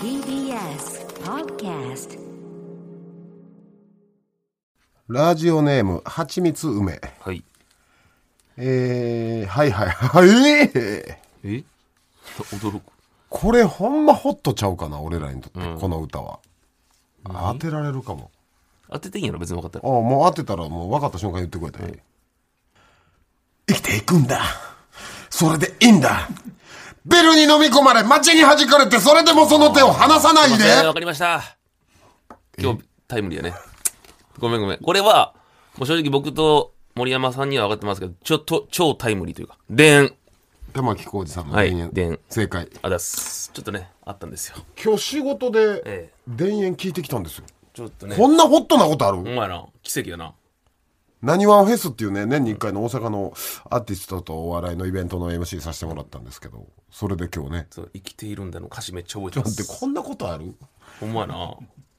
TBS Podcast ラジオネーム、はちみつ梅。はい。えー、はいはい はい。えーえ 驚く。これほんまホットちゃうかな、俺らにとって、この歌は。当てられるかも。当てていいんやろ、別に分かったあら。もう当てたらもう分かった瞬間言ってくれたらいい生きていくんだ。それでいいんだ。ビルに飲み込まれ、街に弾かれて、それでもその手を離さないで。わかりました。今日、タイムリーやね。ごめんごめん。これは、もう正直僕と森山さんには分かってますけど、ちょっと、超タイムリーというか、でん、玉置浩二さんのはい田園田園正解。あだっす。ちょっとね、あったんですよ。今日仕事で、ええ。田園聞いてきたんですよ。ちょっとね、こんなホットなことあるほんまやな、奇跡やな。なにわんフェスっていうね、年に1回の大阪のアーティストとお笑いのイベントの MC させてもらったんですけど、それで今日ね。そう、生きているんだの歌詞めっちゃ覚えてま。ですこんなことあるほんまやな。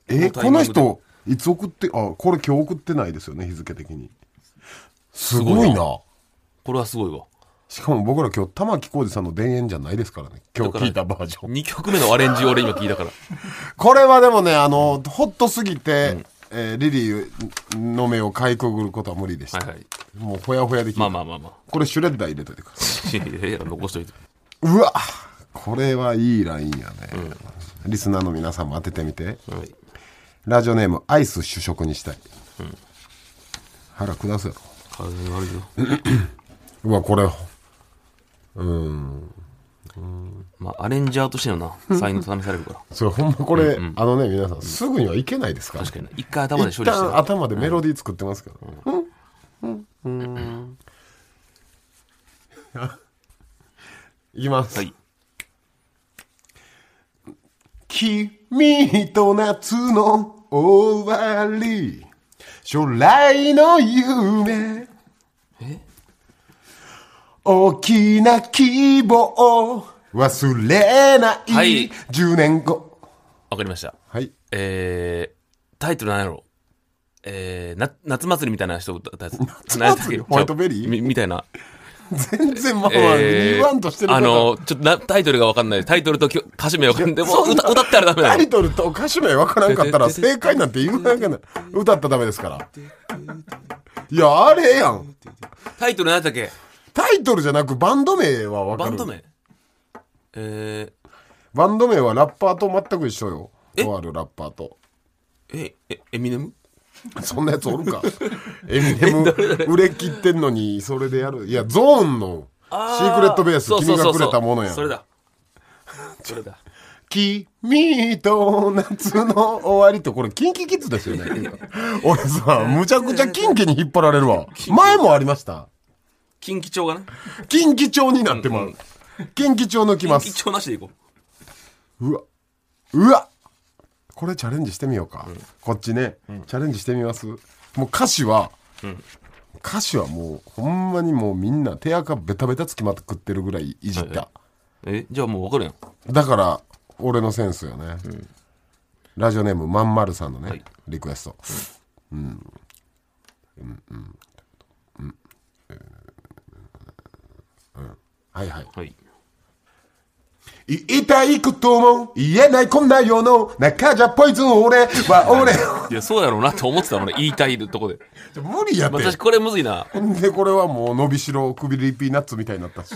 え、ここののタイミングで人、いつ送って、あ、これ今日送ってないですよね、日付的に。すごいすな。これはすごいわ。しかも僕ら今日、玉置浩二さんの田園じゃないですからね。今日聞いたバージョン。 2曲目のアレンジを俺今聞いたから。これはでもね、あの、ホットすぎて、えーリリーの目をかいくぐることは無理でした。はいはい。もうほやほやで聞いたまあまあまあまあ。これシュレッダー入れといてください。 いや残しといて。うわこれはいいラインやね、リスナーの皆さんも当ててみてはい。ラジオネームアイス主食にしたい、腹下すやろ体に悪いよ。うわこれまあ、アレンジャーとしてのな、才能試されるから。それほんまこれ、あのね皆さんすぐにはいけないですから、確かにな。一回頭で一処理して旦な。頭でメロディー作ってますから、うんうん いきます、はい。君と夏の終わり将来の夢え大きな希望忘れない、はい10年後わかりました。はいえー、タイトルなんやろえー、な、夏祭りみたいな人歌ったやつ。夏祭りホワイトベリーみみたいな。全然まあまあー言わんとしてるあことの、ちょっとなタイトルがわかんない。タイトルときょ歌詞名わかんない。でもそんな歌、歌ったらダメタだイよ。トルと歌手名わからんかったら正解なんて言うなかない歌ったらダメですからいやあれええやんタイトル何だったっけタイトルじゃなくバンド名はわかバるンド名えー、バンド名はラッパーと全く一緒よえとあるラッパーとえ、え、エミネムそんなやつお るか。エミネム売れ切ってんのに、それでやる。いや、ゾーンのシあークレットベース、そう君そうそがうくそうれたものやそれ。だ。それだ。 君と夏の終わりと、これ、キンキキッズですよ ね。俺さ、むちゃくちゃキンキに引っ張られるわ。前もありました。近畿調がな。キンキ調になってまう。キンキ調抜きま近畿す。調なしでいこう。うわ。うわ。これチャレンジしてみようか。こっちね、チャレンジしてみます。もう歌詞は、歌詞はもう、ほんまにもうみんな手垢ベタベタつきまくってるぐらいいじった。え、じゃあもうわかるやん。だから、俺のセンスよね。ラジオネームまんまるさんのね、はいリクエスト。うん。うん。うん。うん。うんはいはい。はい。言いたいことも言えないこんな世の中じゃポイズン俺は俺。いや、そうやろうなと思って たもんね。言いたいとこで。無理やっ まあ、私て。これむずいな。ほんでこれはもう伸びしろくびりピーナッツみたいになったし。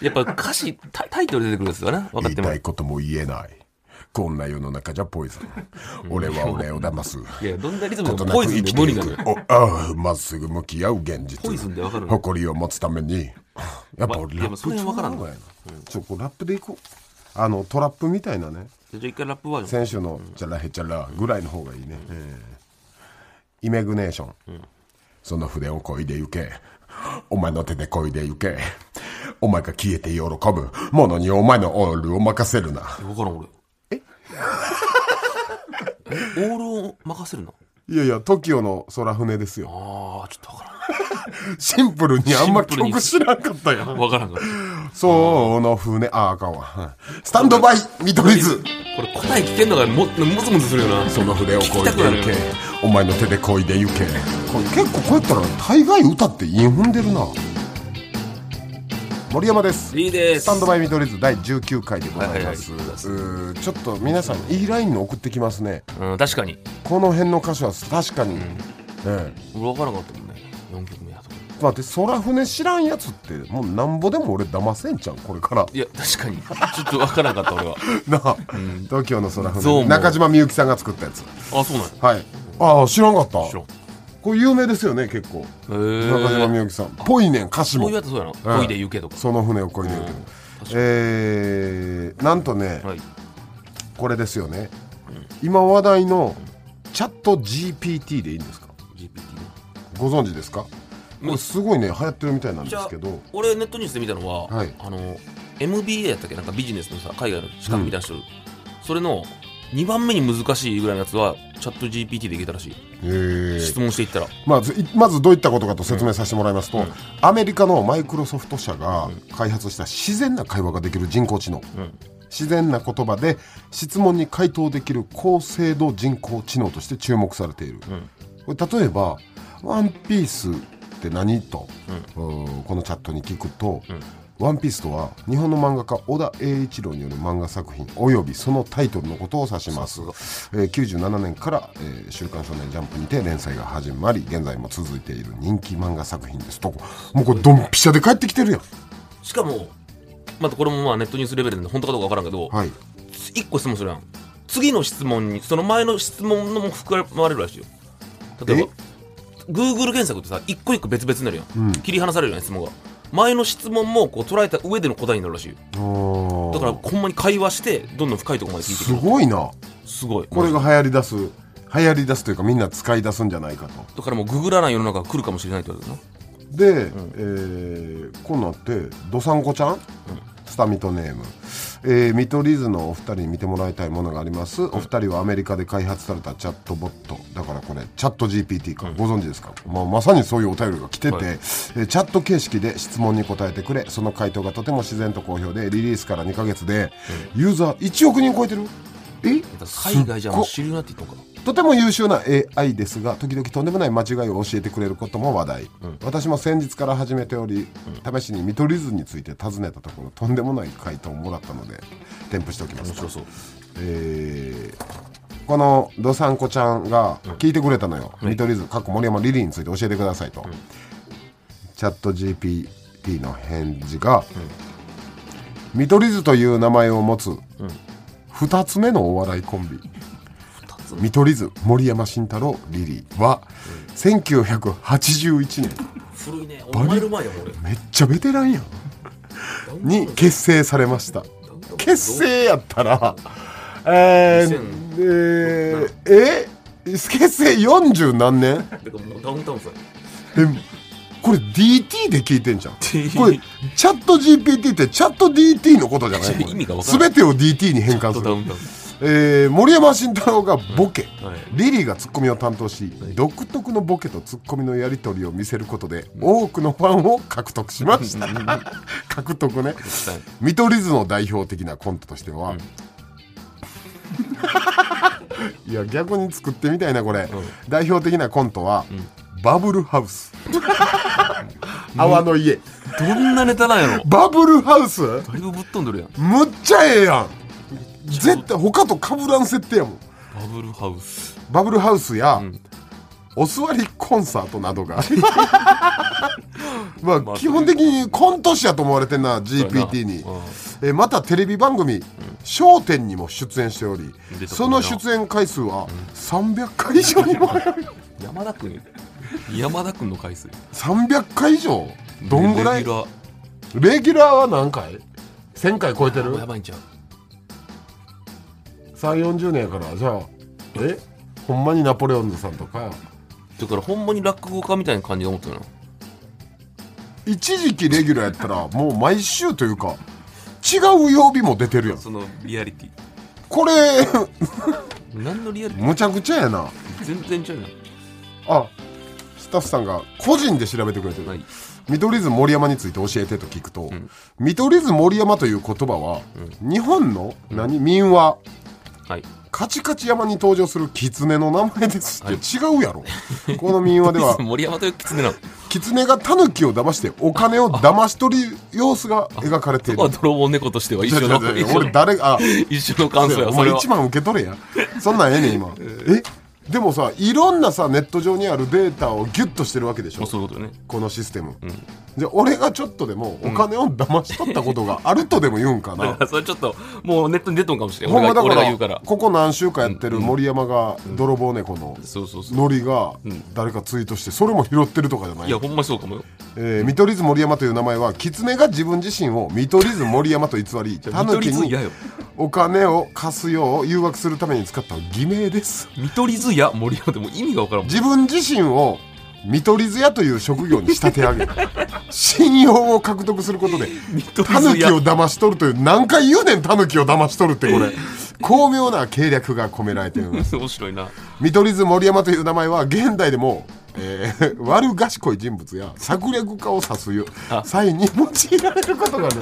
やっぱ歌詞、タタイトル出てくるんですよね。分か言っいてもた。いことも言えない。こんな世の中じゃポイズン。俺は俺を騙す。いや、どんなリズこムでともなくポイズ生ンきでて無い理なのくよ。。おああ、まっすぐ向き合う現実。ポイズンでわかるの誇りを持つために。やっぱ俺まラいやッそプれはわからんちょっとやなちょ、こうラップでいこう。あの、トラップみたいなね。じゃあ一回ラップバージョン。選手のチャラヘチャラぐらいの方がいいね、ええイメグネーション、その筆をこいで行けお前の手でこいで行けお前が消えて喜ぶものにお前のオールを任せるな分からん俺。えオールを任せるのいやいや TOKIO の空船ですよああ、ちょっと分かシンプルにあんまシンプルに曲知らんかったやらん。ん分からんから。その船ああかんわスタンドバイ見取り図これ答え聞けんのがももずもずするよな。その筆をこいで聞行きたくなけるお前の手でこいで行けこれ結構こうやったら大概歌って韻踏んでるな森山ですいいですスタンドバイ見取り図第19回でございます、はいはいはいうーちょっと皆さんいいラインの送ってきますねうん、確かにこの辺の箇所は確かに、ええ俺分からなかったもんね4曲目やと思待って空船知らんやつってもうなんぼでも俺騙せんちゃんこれからういや確かにちょっと分からなかった 俺はなあ、東京の空ゾウ船も中島みゆきさんが作ったやつあそうなんやはいああ知らんかった知らんこれ有名ですよね結構へ中島みーゆきさんぽいねん歌詞こもういうやつそうやなうん恋で行けとかその船をこいでるけど、えー、なんとね、はいこれですよね、今話題のチャット GPT でいいんですか GPT なご存知ですかこれすごいね流行ってるみたいなんですけど俺ネットニュースで見たのは、はいあの MBA やったっけなんかビジネスのさ海外の資格みたいな人、それの2番目に難しいぐらいのやつはチャット GPT でいけたらしい、えー質問していったらまずいまずどういったことかと説明させてもらいますと、アメリカのマイクロソフト社が開発した自然な会話ができる人工知能、ん自然な言葉で質問に回答できる高精度人工知能として注目されている、これ例えば「ワンピースって何?」と、うんこのチャットに聞くと「ワンピースとは日本の漫画家小田栄一郎による漫画作品およびそのタイトルのことを指します、えー97年から、えー週刊少年ジャンプ」にて連載が始まり現在も続いている人気漫画作品ですともうこれドンピシャで帰ってきてるやんしかもまたこれもまあネットニュースレベルで本当かどうか分からんけど、はい1個質問するやん次の質問にその前の質問のも含まれるらしいよ例えば Google 検索ってさ一個一個別々になるやん、切り離されるやん質問が前の質問もこう捉えた上での答えになるらしいよおーだからほんまに会話してどんどん深いところまで聞いてすくるごいなすごいこれが流行り出す流行り出すというかみんな使い出すんじゃないかとだからもうググらない世の中が来るかもしれないってことだなで、えーこうなってどさんこちゃん、スタミトネーム、えー、見取り図のお二人に見てもらいたいものがありますお二人はアメリカで開発されたチャットボットだからこれチャット GPT か、ご存知ですか、まあ、まさにそういうお便りが来てて、はいえーチャット形式で質問に答えてくれその回答がとても自然と好評でリリースから2ヶ月でユーザー1億人超えてるえだから海外じゃすっもうご主流になっていったのかとても優秀な AI ですが時々とんでもない間違いを教えてくれることも話題、私も先日から始めており、試しに見取り図について尋ねたところとんでもない回答をもらったので添付しておきます面白そうえーこのどさんこちゃんが聞いてくれたのよ、見取り図かっこ森山リリーについて教えてくださいと、チャット GPT の返事が、見取り図という名前を持つ2つ目のお笑いコンビ見取り図森山慎太郎リリーは、1981年古いねお前の前やもん俺めっちゃベテランやんに結成されました結成やったらえー、えー、え結成40何年てかもうダウンタウンさんえこれ DT で聞いてんじゃんこれチャット GPT ってチャット DT のことじゃない意味がわからん全てを DT に変換とすダるウンタウンえー森山慎太郎がボケ、はいリリーがツッコミを担当し、独特のボケとツッコミのやり取りを見せることで、多くのファンを獲得しました獲得ねしたい見取り図の代表的なコントとしては、 いや逆に作ってみたいなこれ、代表的なコントは、バブルハウ ス泡の家 どんなネタなんやろバブルハウスだいぶぶっ飛んでるやんむっちゃええやん絶対他と被らん設定やもんバブルハウスバブルハウスや、お座りコンサートな どがまあ基本的にコント師やと思われてんな GPT にそうやなうんえーまたテレビ番組『笑点』にも出演しており出てくるなその出演回数は300回以上に も及び山田君山田君の回数300回以上どんぐらいレギュラレギュラーは何回 ?1000 回超えてるーやばいんちゃう340年やからじゃあえほんまにナポレオンズさんとかだからほんまに落語家みたいな感じが思ってるな一時期レギュラーやったらもう毎週というか違う曜日も出てるやんそのリアリティこれ 何のリアリテむちゃくちゃやなィ全然ちゃうやんあスタッフさんが個人で調べてくれてる、はい見取り図森山について教えてと聞くと、見取り図森山という言葉は、日本の何民話はいカチカチ山に 登場する狐の名前ですって違うやろ、この民話では森山という狐なの狐がタヌキを騙してお金を騙し取る様子が描かれ ているまあ、泥棒猫としては一緒のちょちょち一 ょ緒俺の誰があ一緒の感想やおそれ前は一番受け取れやそんなんええねん 今えでもさいろんなさネット上にあるデータをギュッとしてるわけでしょそういうことよねこのシステム、じゃあ俺がちょっとでもお金を騙し取ったことが あるとでも言うんか だなからそれちょっともうネットに出とんかもしれんほん 俺まだがか俺が言らうからここ何週間やってる森山が泥棒猫のそうそうそうノリが誰かツイートしてそれも拾ってるとかじゃないいやほんまそうかもよえー見取り図森山という名前は狐が自分自身を見取り図森山と偽り じゃタあ見ヌ取キり図に嫌よお金を貸すよう誘惑するために使った偽名です見取り図や森山でも意味がわからんもん自分自身を見取り図屋という職業に仕立て上げ 信用を獲得することで見取タりヌ図キやを騙し取るという何回言うねんタヌキを騙し取るって これ巧妙な計略が込められています面白いな見取り図森山という名前は現代でも、えー 悪賢い人物や策略家を指すよ際に用いられることがある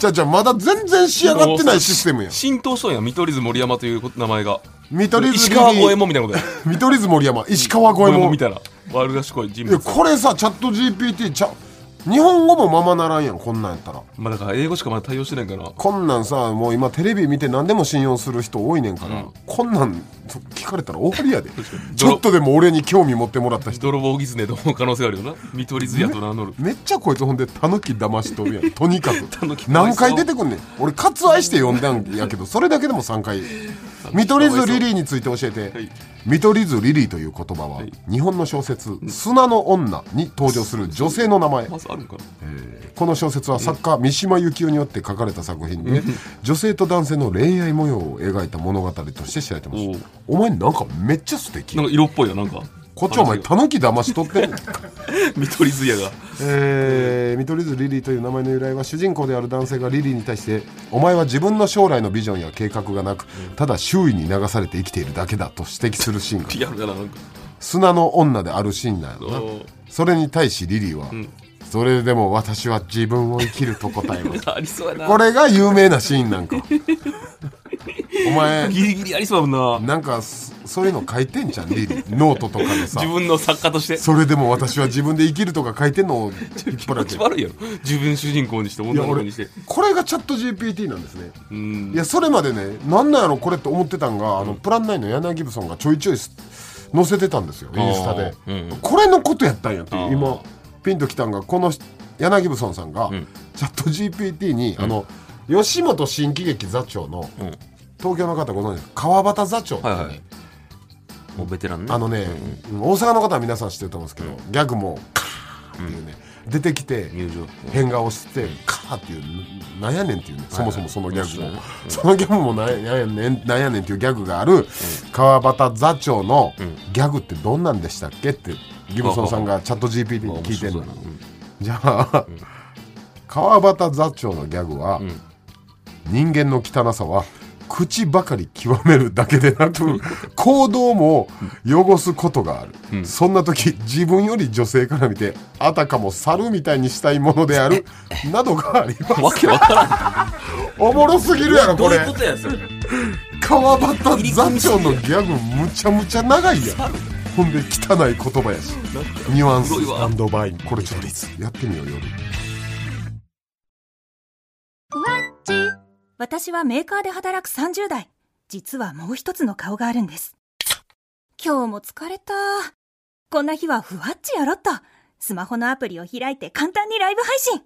じゃあじゃあまだ全然仕上がってないシステムや浸透しとんや見取り図森山という名前が見取り図石リ川リ五右衛ー門みたいなことや見取り図森山石川 五五右右衛衛門門みたいな悪賢い人いや物これさチャット GPT ちゃ日本語もままならんやんこんなんやったらまあだから英語しかまだ対応してないからこんなんさもう今テレビ見て何でも信用する人多いねんから、こんなんそ聞かれたら終わりやでちょっとでも俺に興味持ってもらった人泥棒狐と思う可能性があるよな見取り図やと名乗るめっちゃこいつほんでタヌキ騙しとるや んとにか狸くかわい何そう回出てくんねん俺割愛して呼んだんやけどそれだけでも3回見取り図リリーについて教えて、はい見取り図リリーという言葉は、日本の小説「砂の女」に登場する女性の名前まずあるんかなこの小説は作家三島由紀夫によって書かれた作品で女性と男性の恋愛模様を描いた物語として知られてますおうお前なんかめっちゃ素敵なんか色っぽいよなんかこっちはお前タヌキ騙しとってん の見取り図やがえー見取り図リリーという名前の由来は主人公である男性がリリーに対してお前は自分の将来のビジョンや計画がなくただ周囲に流されて生きているだけだと指摘するシーンがリアルだななんか砂の女であるシーンなんやおろなーそれに対しリリーは、それでも私は自分を生きると答えますありそうやなこれが有名なシーン なんかお前ギリギリありそうやもんななんかそそういうの書いてんじゃんリリーノートとかでさ自分の作家としてそれでも私は自分で生きるとか書いてんのを引っ張られて気持ち悪いやろ自分主人公にしていや女の子俺にしてこれがチャット GPT なんですねうんいやそれまでねなんなんやろこれって思ってたんが、あのプランナインの柳ブソンがちょいちょいす載せてたんですよインスタで、うんうんこれのことやったんやっていうあー今ピンときたんがこの柳ブソンさんが、チャット GPT に、あの吉本新喜劇座長の、ん東京の方ご存知ですか川端座長ってね、はいはいもうベテランねあのね、大阪の方は皆さん知ってると思うんですけど、ギャグもカーっていうね、出てきて、入場変顔してカーっていうなんやねんっていうねそもそもそのギャグ面白いねもそのギャグもなんやねんなんやねんっていうギャグがある川端座長のギャグってどんなんでしたっけってギブソンさんがチャット GPT に聞いてるの面白そうやなうんじゃあ川端座長のギャグは人間の汚さは口ばかり極めるだけでなく行動も汚すことがある、そんな時自分より女性から見てあたかも猿みたいにしたいものであ るなどがありまわすけわからんおもろすぎるやろこれとやそれ川端座長のギャグむちゃむちゃ長いやんほんで汚い言葉やしニュアンス黒いわバインこれちょっとやってみよう夜私はメーカーで働く30代。実はもう一つの顔があるんです。今日も疲れた。こんな日はふわっちやろっと。スマホのアプリを開いて簡単にライブ配信。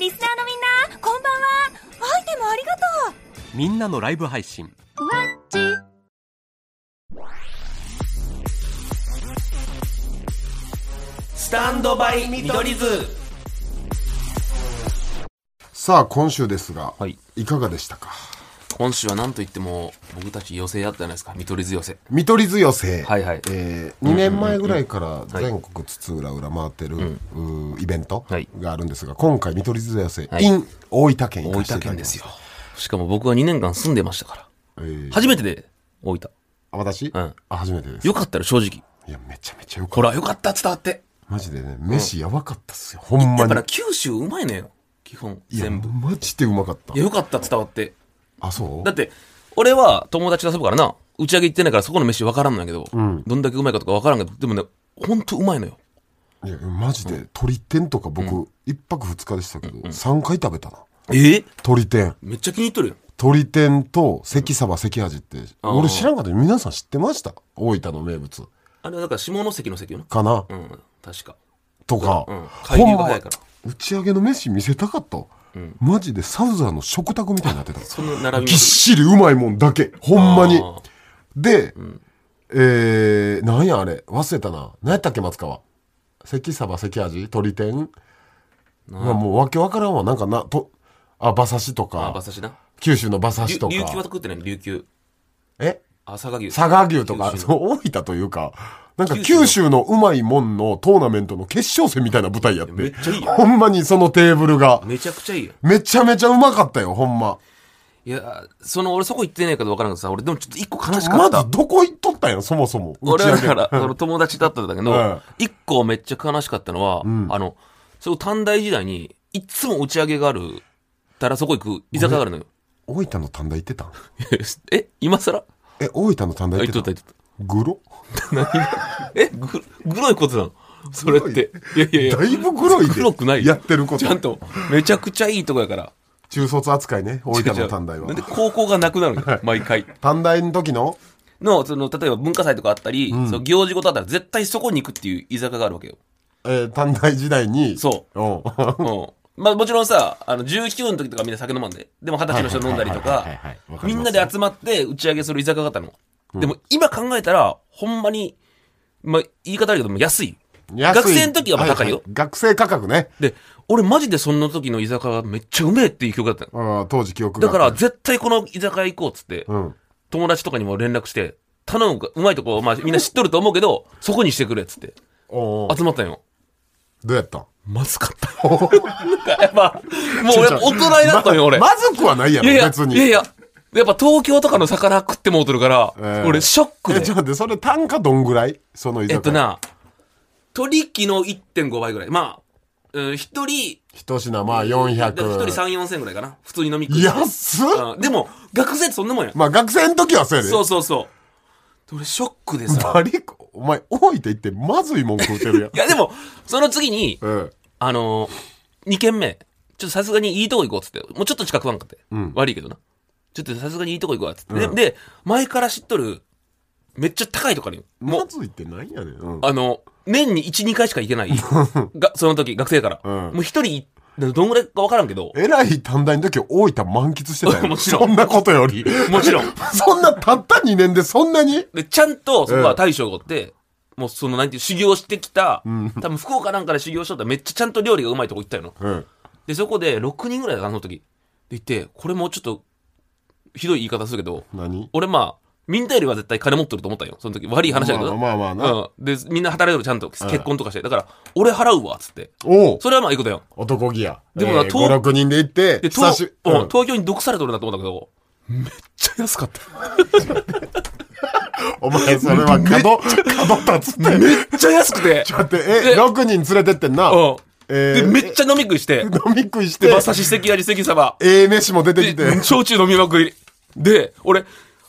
リスナーのみんな、こんばんは。アイテムありがとう。みんなのライブ配信スタンドバイ見取り図さあ今週ですが、はいいかがでしたか今週はなんといっても僕たち寄せやったじゃないですか見取り図寄せ見取り図寄せ、はいはいえー、2年前ぐらいから全国津々浦々回ってる、うーイベントはいがあるんですが今回見取り図寄せ、い in 大分県行大かせてい分ただ県きでますすよしかも僕は2年間住んでましたからえー初めてで大分あ私、うんあ初めてですよかったら正直いやめちゃめちゃよかほっらよかった伝わってたマジでね飯やばかったっすよ、ほんまだにから九州うまいのよ基本いや全部マジでうまかったいやよかった伝わってあそうだって俺は友達と遊ぶからな打ち上げ行ってないからそこの飯分からんのやけど、どんだけうまいかとか分からんけどでもねほんとうまいのよいやマジで鶏天とか僕一泊二日でしたけど3回食べたなえ鶏天めっちゃ気に入っとるよ鶏天と関サバ関味ってあー俺知らんかった皆さん知ってました大分の名物あれはなんか下関の関よなかなうん確かとかうん海流が早いからほんま打ち上げの飯見せたかったマジでサウザーの食卓みたいになってたその並びぎっしりうまいもんだけほんまにあで、えー、なんやあれ忘れたな何やったっけ松川関サバ関味鶏天まあもうわけわからんわなんかなとあ馬刺しとあか馬刺しな九州の馬刺りゅし琉と球かは食ってない琉球えあ佐賀牛佐賀牛とか九州そのう大分というかなんか九九州州のうまいもんのトーナメントの決勝戦みたいな舞台やってめっちゃいいよほんまにそのテーブルがめちゃくちゃいいよめちゃめちゃうまかったよほんまいやその俺そこ行ってないから分からんけどさ俺でもちょっと一個悲しかまっただどこ行っとったんやそもそも俺はだから、うんその友達だったんだけうんど、一個めっちゃ悲しかったのは、あの、その短大時代に、いっつも打ち上げがある、たらそこ行く居酒屋があるのよ。大分の短大行ってたん え、今更え大分の短大あ行言っとっったて言たっとっグロた。え、ぐ、グロいことなのそれって。いやいやいや。だいぶグロいで黒くないよやってることちゃんと、めちゃくちゃいいとこやから。中卒扱いね大分の短大なはんで高校がなくなるのよ、毎回。短大の時のの、その、例えば文化祭とかあったり、その行事ごとあったら絶対そこに行くっていう居酒屋があるわけよ。えー短大時代にそううんうん。まあもちろんさ、あの、19の時とかみんな酒飲まんで。でも二十歳の人飲んだりとはいかはいはいはいわ、かみりんますなで集まって打ち上げする居酒屋があったの。でも今考えたら、ほんまに、まあ言い方あるけども安い。安い学生の時はまあ高いよはは学生価格ねで、俺マジでその時の居酒屋がめっちゃうめえっていう曲だったの。うん当時記憶がだから絶対この居酒屋行こうっつって、うん友達とかにも連絡して、頼むか、うまいとこ、まあみんな知っとると思うけど、そこにしてくれっつって、おうおう集まったんよ。どうやったんまずかった。なんかやっぱ、もうやっぱ大人になったんよ俺。ままずくはないやいろやいや、別にいやいや、やっぱ東京とかの魚食ってもうとるから、えー俺ショックえでちょ。っと待ってそれ単価どんぐらいその居酒え屋っとな、取引の1.5倍ぐらい。まあ、うん、一人、一品まあだ400から一人3、4千ぐらいかな。普通に飲み食いして。安っうんでも、学生ってそんなもんや。まあ学生の時はそうやでそうそうそう。で俺ショックでさ。バリお前大分行ってまずいもん食うてるやんいやでも、その次に、うんあのー、2軒目、ちょっとさすがにいいとこ行こうっつって、もうちょっと近くわんかって、悪いけどな。ちょっとさすがにいいとこ行こうっつって、でで、前から知っとる、めっちゃ高いとこあるよ。もまう、ずいってなんやねんうんあの、年に1、2回しか 行けない、がその時、学生から。うんもう一人、どんぐらいかわからんけど、えらい短大の時大分満喫してたよ。もちろんそんなことより。もちろん。 そんな、たった2年でそんなにで、ちゃんと、そこは大将がおって、もうその、なんていう、修行してきた、多分福岡なんかで修行しとったらめっちゃちゃんと料理がうまいとこ行ったよな。うん。で、そこで6人ぐらいだなあの時。で、いて、これもちょっと、ひどい言い方するけど、何俺まあ、みんなよりは絶対金持ってると思ったんよ。その時。悪い話だけど。まあまあまあうん。で、みんな働いてるちゃんと結婚とかして。だから、俺払うわ、つって。おうそれはまあいいことやん。男気や。でもなえー、東5、6人で行って、で、久東し、ううんん東京に毒されとるなと思ったけど、めっちゃ安かった。お前それは角、角立つって。めっちゃ安くて。 ちょっと待って、え、で6人連れてってんな。うん。えで、ーめっちゃ飲み食いして。飲み食いしてで、、馬刺し関やり関様。ええ飯も出てきて。で、焼酎飲みまくり。で、俺、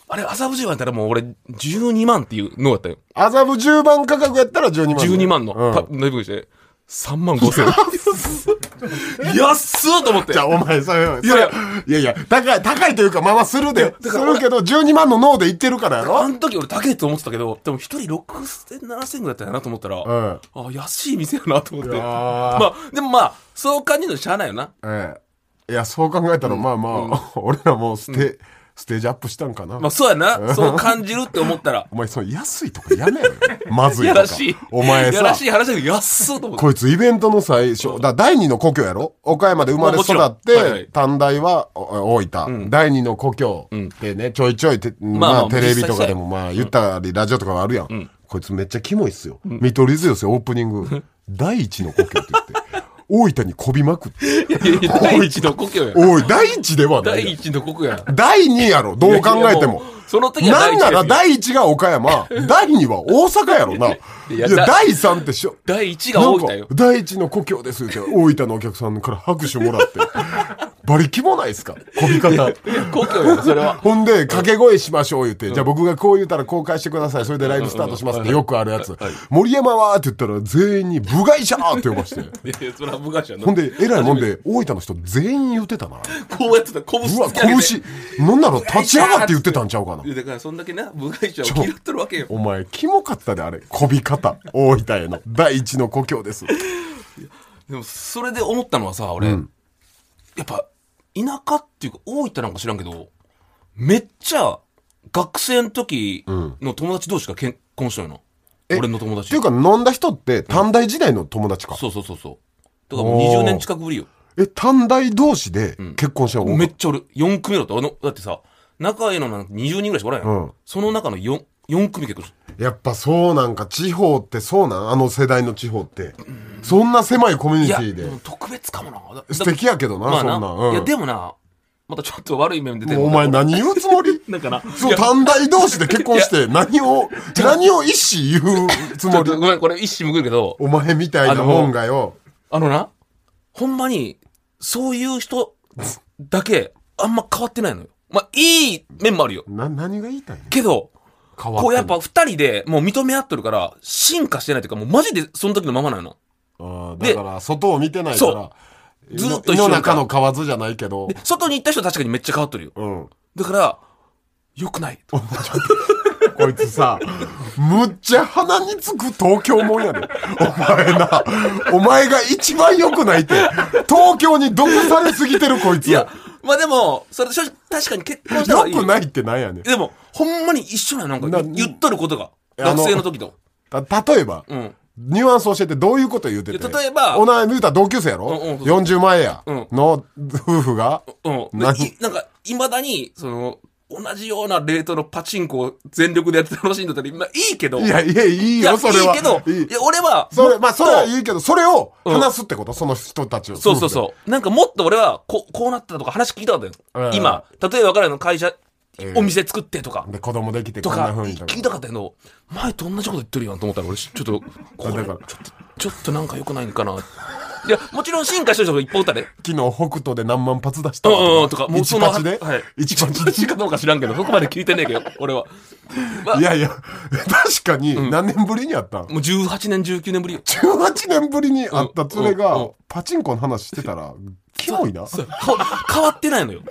あれ、麻布十番やったらもう俺、12万っていうのだったよ。麻布10番価格やったら12万。 12万の、パ飲み食いして、3万5千円。安っと思ってじゃ。あ、お前、それ、それいやいやいやいや、高い、高いというか、まあまあするで、すからるけど、12万の脳で言ってるからやあろの時俺高いと思ってたけど、でも一人6000、7000ぐらいだったんやなと思ったら、あ安い店やなと思って。いやーまあ、でもまあ、そう感じるのしゃあないよな。ええ。いや、そう考えたら、まあまあ、 俺らもうステ、ステージアップしたんかな。まあそうやな。そう感じるって思った 。らお前、その安いとかやめろよ。まずいやとからしい。お前やさら、しい話だけど、安っと思って。こいつイベントの最初、だ第二の故郷やろ岡山で生まれ育まあっもちろんはいはいて、短大はお大分、第二の故郷ってね、ちょいちょいて、あまあまあテレビとかでも実まあ言ったり、ラジオとかもあるやん。こいつめっちゃキモいっすよ。見取り図よせ、オープニン グ。第一の故郷って言って、大分にこびまくって。いやいやいや、第一の故郷や。おい、第一ではない第やん。一の故郷や。第二やろ、どう考えてもいやいや。うその時なは第ん一ならですよ第一が岡山、第二は大阪やろな。いいやや、だ第三ってしょ。第一が大分なんよか。第一の故郷ですって大分のお客さんから拍手もらって 馬力もないですかこび方。故郷よそれはほんで、掛け声しましょう言って、じゃあ僕がこう言ったら公開してください。それでライブスタートしますってよくあるやつ。森山はって言ったら全員に部外者って呼ばして。いやいやそれは部外者やなほんで、えらいもんで、大分の人全員言ってたな。こうやってた拳うわ、突き上げて。拳。なんなら立ち上がって言ってたんちゃうかないやだからそんだけな部外者を嫌ってるわけよお前、キモかったで、あれ。こび方。大分への。第一の故郷です。でもそれで思ったのはさ俺、やっぱ田舎っていうか大分なんか知らんけどめっちゃ学生の時の友達同士が結婚したよな、え俺の友っ達ていうか、飲んだ人って、短大時代の友達か。そうそうそうそうだからもう20年近くぶりよえ、短大同士で結婚したの、めっちゃ俺4組だったあのだってさ仲いいのなんか20人ぐらいしかおらんやん、うんその中の 4, 四組結婚しやっぱそうなんか、地方ってそうなんあの世代の地方って。そんな狭いコミュたニいティやでで。も特別かもなだ素敵やけどな、まあそな、んなん。うんいやでもなまたちょっと悪い面出てもうお前何言うつ もりなんかなそう、短大同士で結婚して、何を、何を一子言うつちょもっとり。ごめんこれ一矢報いるけどお前みたいなもんがよ。あのな、ほんまに、そういう人だけ、あんま変わってないのよ。まあ、いい面もあるよ。な、何が言いたいのけど、変わこうやっぱあ二人でもう認め合っとるから、進化してないというか、もうマジでその時のままなの。ーでだから、外を見てないからそ、ずっと井一緒のにい中たの蛙じゃないけどで、、外に行った人は確かにめっちゃ変わっとるよ。うん。だから、良くない。こいつさ、むっちゃ鼻につく東京もんやで。お前な、お前が一番良くないって、東京に毒されすぎてるこいつ。いや、まあでも、それ正直確かに結婚した良方がいい。くないってなんやねん。でも、ほんまに一緒なのなんなか言っとることが。あの学生の時と。た例えば、うん。ニュアンス教えてどういうこと言うてて。いや例えばお前言うたら同級生やろ、うんうんそうそう ?40 万円や、うんの夫婦が、うん。何いなんか、いまだに、その、同じようなレートのパチンコを全力でやって楽しいんだったら、まあいいけど。いや、いや、いいいよ、や、それは。いいけど、いいいや、俺は、そもれ、っとまあ、それはいいけど、それをうん話すってこと、その人たちを。そうそうそう。なんかもっと俺は、こう、こうなったとか話聞いたことようん。今、例えばからの会社え、えお店作ってとか夫婦で。、で、子供できてとこんなか、風に聞いたかったけど、前と同じこと言ってるやんと思ったら、俺、ちょっと、これ、だちかょっらと、ちょっとなんか良くないんかな。いや、もちろん進化してる人がいっぱいおっ たで。昨日北斗で何万発出したわうんうん、とか、もうそ一の、発で、はい。一発 一かどうか知らんけど、そこまで聞いてねえけど、俺は。まあいやいや、確かに何年ぶりに会ったん、もう18年、19年ぶりよ。 ?18 年ぶりに会った連れうんうんがうん、パチンコの話してたら、キモいな。そうそう変わってないのよ。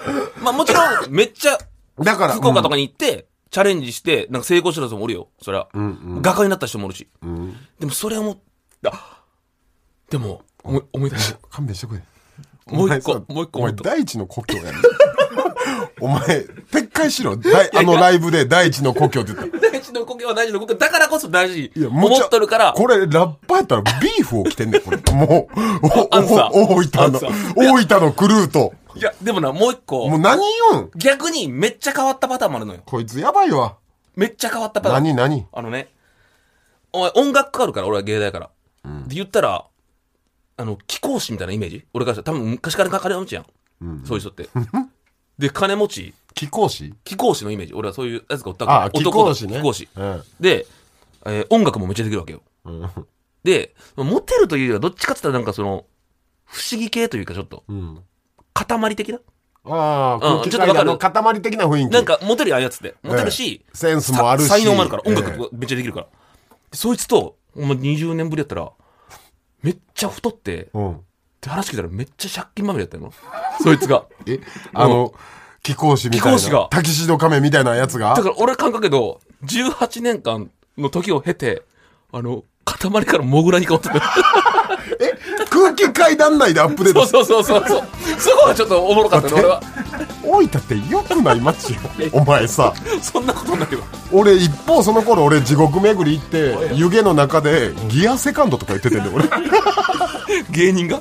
まあもちろん、めっちゃ、だから、福岡とかに行って、チャレンジして、なんか成功してた人もおるよ。そりゃ、うんうん画家になった人もおるし。うん、うんでもそれはもう、あでも、思い思い出した。勘弁してくれ。もう一個 お前さもう一個お前もう一個第一の故郷やん。お前、撤回しろ。だいあのライブで第一の故郷って言った。大事の故郷は大事の故郷。だからこそ大事。いや、もう思っとるから。これ、ラッパーやったらビーフを着てんねん、これ。もう、おアンサーおお大分のアンサ、大分のクルーと。いや、でもな、もう一もう個。何言うん逆に、めっちゃ変わったパターンもあるのよ。こいつやばいわ。めっちゃ変わったパターン。何何あのね、お前音楽かかるから、俺は芸大やから。で、言ったら、あの、貴公子みたいなイメージ俺からしたら、多分昔から金持ちやん。そういう人 って。で、金持ち、貴公子貴公子のイメージ。俺はそういうやつがおったから。ああ、貴公子ね。貴公子。うん。で、えー音楽もめっちゃできるわけよ。で、モテるというよりは、どっちかって言ったらなんかその、不思議系というかちょっと、うん。塊的なああ、うん空気ちょっとわ階かるの塊的な雰囲気。なん、か、モテるやんやつって。モテるし、ええセンスもあるしさ才能もあるから、ええ音楽とかめっちゃできるから。でそいつと、お前20年ぶりやったら、めっちゃ太って、っうん。て話聞いたらめっちゃ借金まみれやったの。そいつ が。え、あの、貴公子みたいな。貴公子がタキシード仮面みたいなやつがだから俺感覚やけど、18年間の時を経て、あの、塊からモグラに変 わってた。え空気階段内でアップデーそトうそうそうそうそう。そこがちょっとおもろかったね、俺は。大分って良くない街 よお前さそんなことないわ。俺一方その頃俺地獄巡り行って湯気の中でギアセカンドとか言っててんで俺 芸人が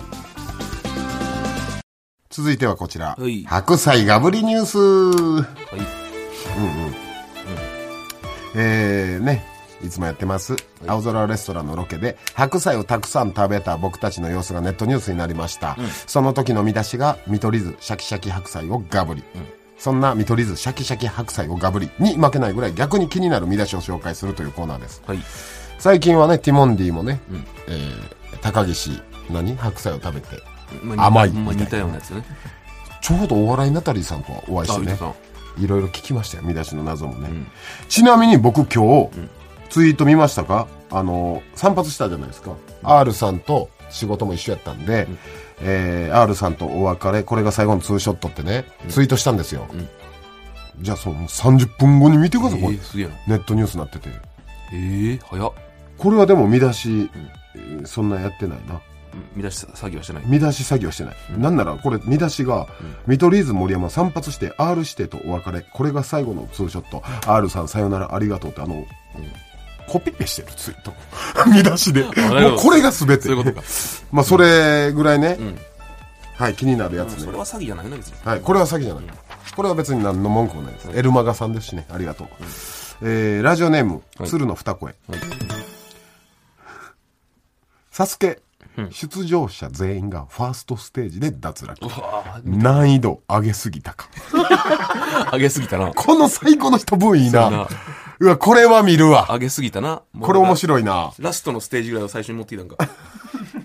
続いてはこちらはい白菜がぶりニュースはい。えー、ねいつもやってます青空レストランのロケで白菜をたくさん食べた僕たちの様子がネットニュースになりました、その時の見出しが見取り図シャキシャキ白菜をガブリ、そんな見取り図シャキシャキ白菜をガブリに負けないぐらい逆に気になる見出しを紹介するというコーナーですはい。最近はねティモンディもね、えー高岸何白菜を食べて甘いみたいなまあ似たようなやつね。ちょうどお笑いナタリーさんとはお会いしてあね皆さんいろいろ聞きましたよ見出しの謎もね、ちなみに僕今日、ツイート見ましたかあの散髪したじゃないですか、R さんと仕事も一緒やったんで、えー R さんとお別れこれが最後のツーショットってねツイートしたんですよ、じゃあその30分後に見てください、こえれー、すげえなネットニュースになっててえー、早っこれはでも見出し、えーそんなやってないな見出し詐欺はしてない見出し作業してない、なんならこれ見出しが、見取り図森山散髪して R してとお別れこれが最後のツーショット R さんさよならありがとうってあの、コピペしてるツイート 見出しでもなるほどうこれが全てそういうことかまあそれぐらいね、んはい気になるやつそねれは詐欺じゃないの別にはい、これは詐欺じゃない、これは別に何の文句もないです、エルマガさんですしねありがとう、えーラジオネーム、鶴の二声、サスケ出場者全員がファーストステージで脱落わ難易度上げすぎたか上げすぎた なこの最後の一文いいそうやななうわこれは見るわ上げすぎたなこれ面い白いなラストのステージぐらいを最初に持ってきたん か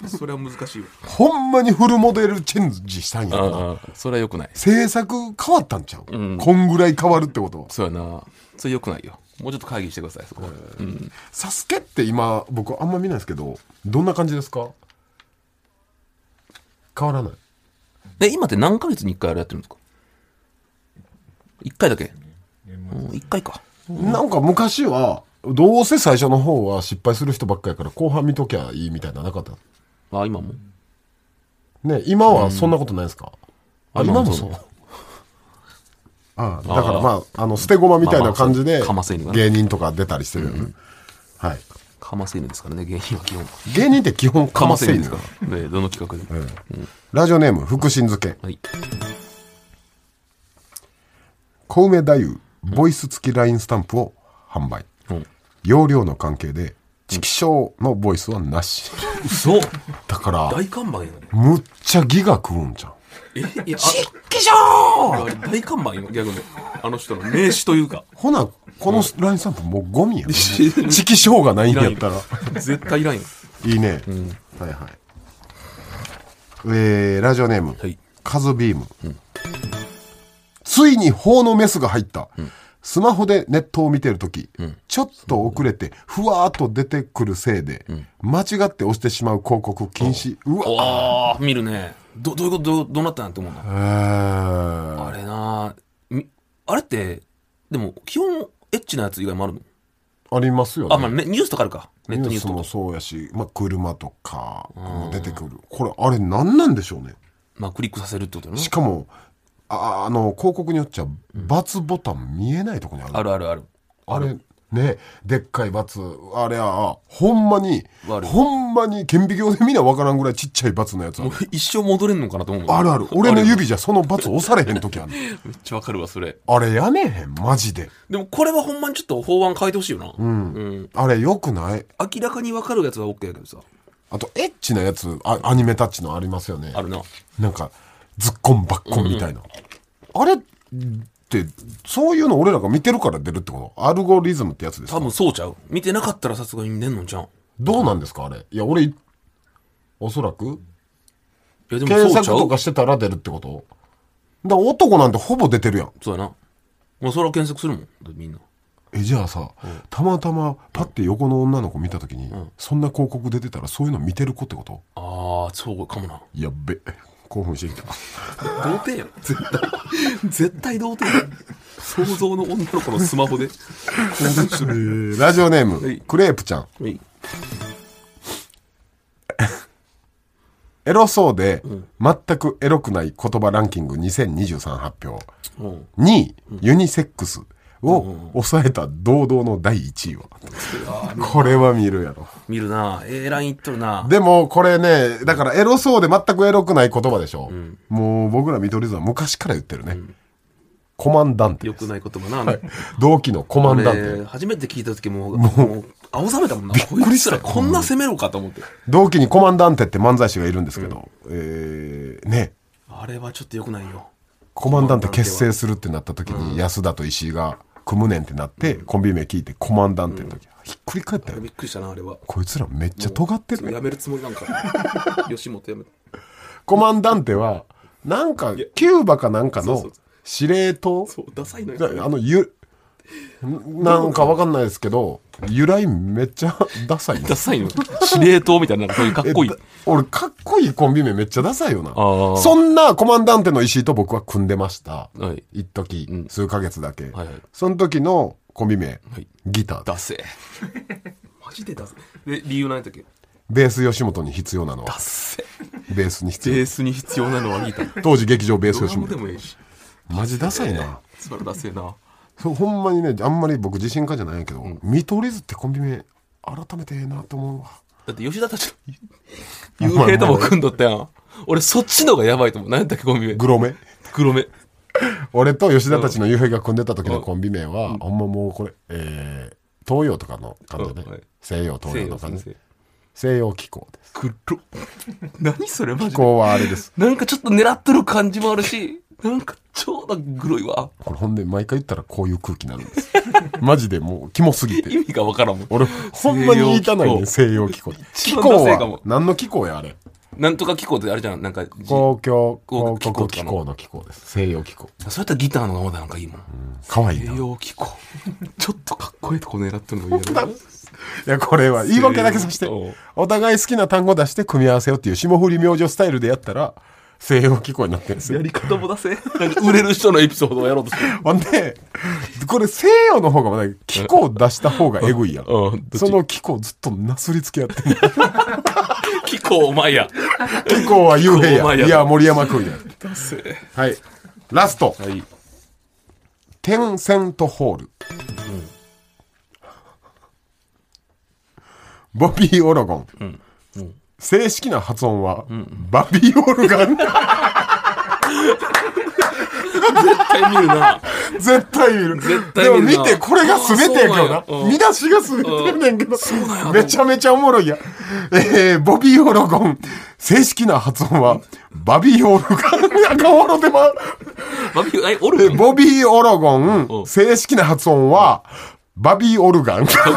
それは難しいわほんまにフルモデルチェンジしたんやろなああそれはよくない制作変わったんちゃう、こんぐらい変わるってことはそうやなそれよくないよもうちょっと会議してくださいそこは、うん、サスケって今僕あんま見ないですけどどんな感じですか変わらないで今って何ヶ月に1回あれやってるんですか1回だけ、うん、1回かなんか昔はどうせ最初の方は失敗する人ばっかやから後半見ときゃいいみたいななかったあ今もね今はそんなことないですか、あ今もそうああだからまああの捨て駒みたいな感じまあでまあかませ犬がね芸人とか出たりしてるよね、はいかませ犬ですからね芸人は基本芸人って基本かかまませせ犬んでですすかからねどの企画でも、ラジオネーム福神漬けはい小梅太夫ボイス付き LINE スタンプを販売、うん容量の関係でチキショーのボイスはなし、嘘だから大看板やねむっちゃギガ食うんじゃんえいやちっきしょーあれ大看板よ逆にあの人の名刺というかほなこの LINE スタンプもうゴミやん、チキショーがないんやったら絶対いらんよいいね、はいはいえー、ラジオネーム、はいカズビーム、ついに法のメスが入った、スマホでネットを見てるとき、ちょっと遅れてふわーっと出てくるせいで、間違って押してしまう広告禁止うわああ見るねどどういうことどうどうなったんやって思うなえーあれなみあれってでも基本エッチなやつ以外もあるのありますよねあまあねニュースとかあるかネットニュースともかそうやし、まあ、車とかも出てくる、これあれ何なんでしょうねまあクリックさせるってことねしかもああの広告によっちゃ×ボタン見えないとこにあるあるあるあるあれねでっかい罰あれはほんまに悪いほんまに顕微鏡でみんなわからんぐらいちっちゃい罰のやつあもうる一生戻れんのかなと思うもんあるある俺の指じゃその罰押されへん時 あるめっちゃわかるわそれあれやめへんマジででもこれはほんまにちょっと法案変えてほしいよなうん、あれよくない明らかにわかるやつは OK やけどさあとエッチなやつあアニメタッチのありますよねあるななんかずっこんばっこんみたいな、あれってそういうの俺らが見てるから出るってことアルゴリズムってやつです多か分そうちゃう見てなかったらさすがに出んのんちゃうどうなんですかあれいや俺いおそらくいやでも検そう索ちゃうとかしてたら出るってことだから男なんてほぼ出てるやんそうやなまあそれは検索するもんだってみんなえじゃあさ、たまたまパッて横の女の子見た時に、そんな広告出てたらそういうの見てる子ってことああそうかもなやっ べ興奮してきた童貞やん絶対絶対童貞やん想像の女の子のスマホでえー ラジオネーム、はいクレープちゃんはいエロそうで、全くエロくない言葉ランキング2023発表うん2位、ユニセックスを抑えた堂々の第1位は、これは見るやろ見るな A ラインいっとるなでもこれねだからエロそうで全くエロくない言葉でしょ、もう僕ら見取り図は昔から言ってるね、コマンダンテよくない言葉な、同期のコマンダンテ、俺初めて聞いた時もうもう青ざめたもんなこいつらこんな攻めろかと思って同期にコマンダンテって漫才師がいるんですけど、えーねあれはちょっとよくないよコマンダンテ結成するってなった時に安田と石井が組むねんってなって、コンビ名聞いてコマンダンテの時、ひっくり返ったあよ、れびっくりしたなあれはこいつらめっちゃ尖ってるね やめるつもりなんか吉本やめコマンダンテはなんか、キューバかなんかそのうそ司令塔そうダサいのよだあの、ゆ、なんかわかんないですけど、由来めっちゃダサいねダサいの司令塔みたいななんかそういうかっこいいえだ俺、かっこいいコンビ名めっちゃダサいよな。ーそんなコマンダンテの石井と僕は組んでました。はい一時、ん数ヶ月だけ、はいはいその時のコンビ名、はいギターでダす。 セえマジでダセえで理由何やったっけベース吉本に必要なのはダ、セえベースに必 ベ要ー。スに必要なのはギター当時劇場ベースド吉ラムで本。もいいしマジダサいな。つまらダセえなそうほんまにね、あんまり僕自信家じゃないけど、見取り図ってコンビ名、改めてええなと思うわ。だって吉田たちの幽閉とも組んどったやん俺そっちのがやばいと思う何やったっけコンビ名グロメ。黒目俺と吉田たちの夕平が組んでた時のコンビ名は、ほんまもうこれ、えー、東洋とかの感じね、うんはい西洋東西洋洋の感先じ生西洋気候です黒何それマ気ジで候はあれですなんかちょっと狙っとる感じもあるしなんかちょうど黒いわこれほんで毎回言ったらこういう空気になるん ですマジでもうキモすぎ意て味がわからんもん俺ほんまに言いたないね西洋気候気一番候ダセいかもは何の気候やあれなんとか機構ってあれじゃんなんかじ公共公広共気候告気候の気候です西洋気候そうやったらギターのがまだなんかいいもんかわいいな栄い養機構ちょっとかっこいいとこ狙ってるのもいいやろやこれは言い訳だけさせて西洋お互い好きな単語出して組み合わせようっていう霜降り明星スタイルでやったら西洋気候になってるんですよ やり方も出せなんか売れる人のエピソードをやろうとしてるほんで、これ西洋の方がまだ気候出した方がエグいやん。うんうんどっちその気候ずっとなすりつけ合ってんの機構お前や気候は幽気候お閉や。前いやや、森山君や。出せはい。ラスト。はいテンセントホール。ボビー・オロゴン。正式な発音は、バビー・オルガン。絶対見るな 絶対見る。対見るなでも見て、これが全てやけどなあそうなん。やうん見出しが全てやねんけど。めちゃめちゃおもろいやん。えー、ボビー・オロゴン。正式な発音は、バビー・オロゴン。なんかおろてまバビ えおえるボビー・オロゴうン。ん正式な発音は、バビー・オルガン。オ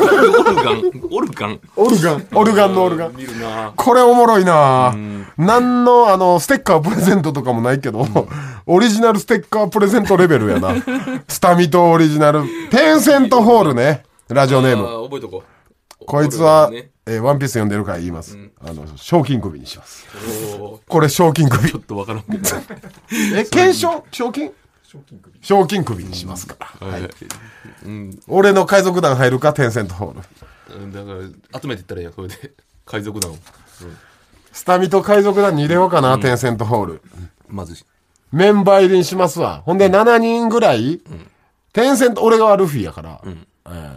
ルガンオルガンオルガン。オルガンのオルガン。見るなこれおもろいな何の、あの、ステッカープレゼントとかもないけど、オリジナルステッカープレゼントレベルや な。スタミトオリジナル、テンセントホールね。ラジオネーム。あー覚えとこうこいつは、オルガンねえーワンピース読んでるから言います。あの、賞金首にします。おーこれ賞金首ちょ。っとわからんけどえ、検証賞金賞金首にしますから。 はい、俺の海賊団入るか、テンセントホール。うんだから集めていったらいいやんそれで海賊団をスタミト海賊団に入れようかな、テンセントホール。まずメンバー入りにしますわ。ほんで7人ぐらい、テンセント、俺がルフィやから、えー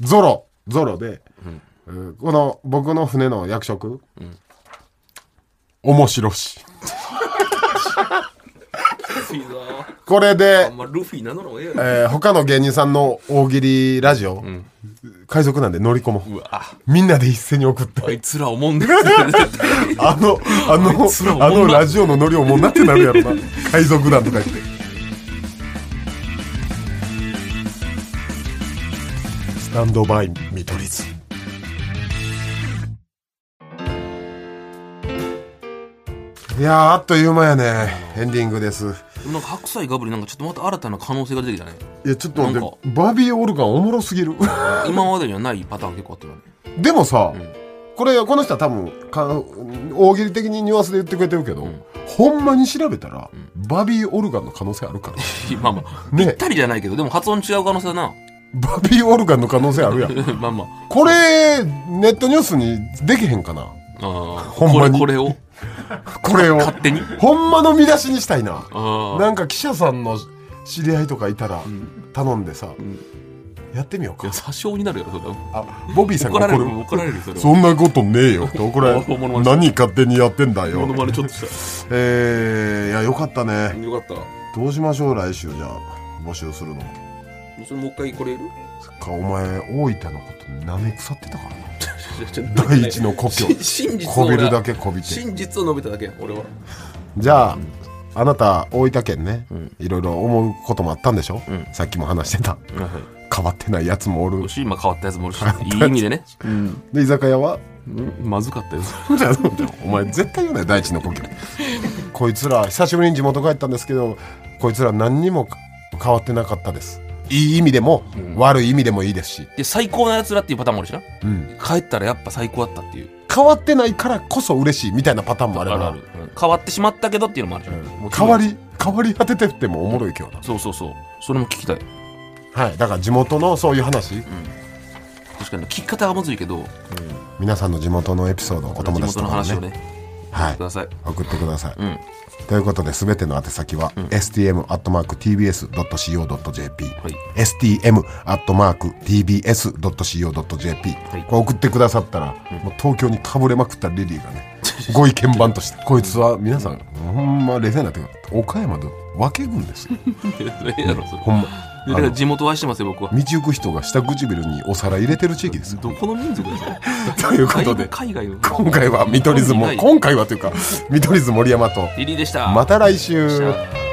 ゾロ、ゾロで、えーこの僕の船の役職、面白し。ルフィだこれであん、まルフィなのもええやんえー他の芸人さんの大喜利ラジオ、海賊なんで乗り込もう。うわみんなで一斉に送って。あいつら思うんだ あの、あの、つらおもあんなのラジオのノリをもうなってなるや ろな。海賊団とか言って。スタンドバイ見取り図。いやーあっという間やねエンディングですなんか白菜ガブリなんかちょっとまた新たな可能性が出てきたねいやちょっと待なんっかてバビーオルガンおもろすぎる今までにはないパターン結構あったよねでもさ、これこの人は多分か大喜利的にニュアンスで言ってくれてるけど、ほんまに調べたら、バビーオルガンの可能性あるから まあまあ、ねぴったりじゃないけどでも発音違う可能性だな バビーオルガンの可能性あるやん。まあまあこれ、ネットニュースにできへんかなあーほんまにこれこれをこれを。勝手にほんまの見出しにしたいな。あなんか記者さんの知り合いとかいたら、頼んでさ、やってみようあか。詐称になるやろそれはあ、ボビーさん怒がられ怒るる。怒られるよそれはそんなことねえよって怒られ物々る。何勝手にやってんだモノよ。マネちょっとしえー、いや、よかったたね。よかっどうしましょう、来週じゃあ、募集するの。たそれもう一回これいるそっか、お前、大分のこと舐め腐ってた からな。ちょっと 第一の故郷。 真実をこびる俺はだけこびて。真実を述べただけや俺はじゃあ、あなた大分県ね、いろいろ思うこともあったんでしょ、さっきも話してた、変わってないやつもおるるし今変わったやつもおるしいい意味でね、うん、で居酒屋は まずかったよお前絶対言うなよ大地の故 郷こいつら久しぶりに地元帰ったんですけどこいつら何にも変わってなかったですいい意味でも、悪い意味でもいいですし、で最高なやつらっていうパターンもあるしなうん帰ったらやっぱ最高だったっていう変わってないからこそ嬉しいみたいなパターンもあればうん変わってしまったけどっていうのもあるじゃんもちろ変んわり変わり果ててってもおもろいけどな、そうそうそうそれも聞きたいはいだから地元のそういう話、確かに聞き方がむずいけど皆さんの地元のエピソードお友地達と元のかに話ねをねはいください送ってください、んということで全ての宛先は、stm.tbs.co.jp、い stm.tbs.co.jp、いこれ送ってくださったら、もう東京にかぶれまくったリリーが ねご意見番としてこいつは皆さん、ほんま冷静になってください岡山で分け軍ですよ ええやろそれほんまあだからの道地元を愛してますよ僕は行く人が下唇にお皿入れてる地域ですよどこの民族です かということで海外の今回は見取り図もない今回はというか見取り図森山とリリーでしたまた来週。さあ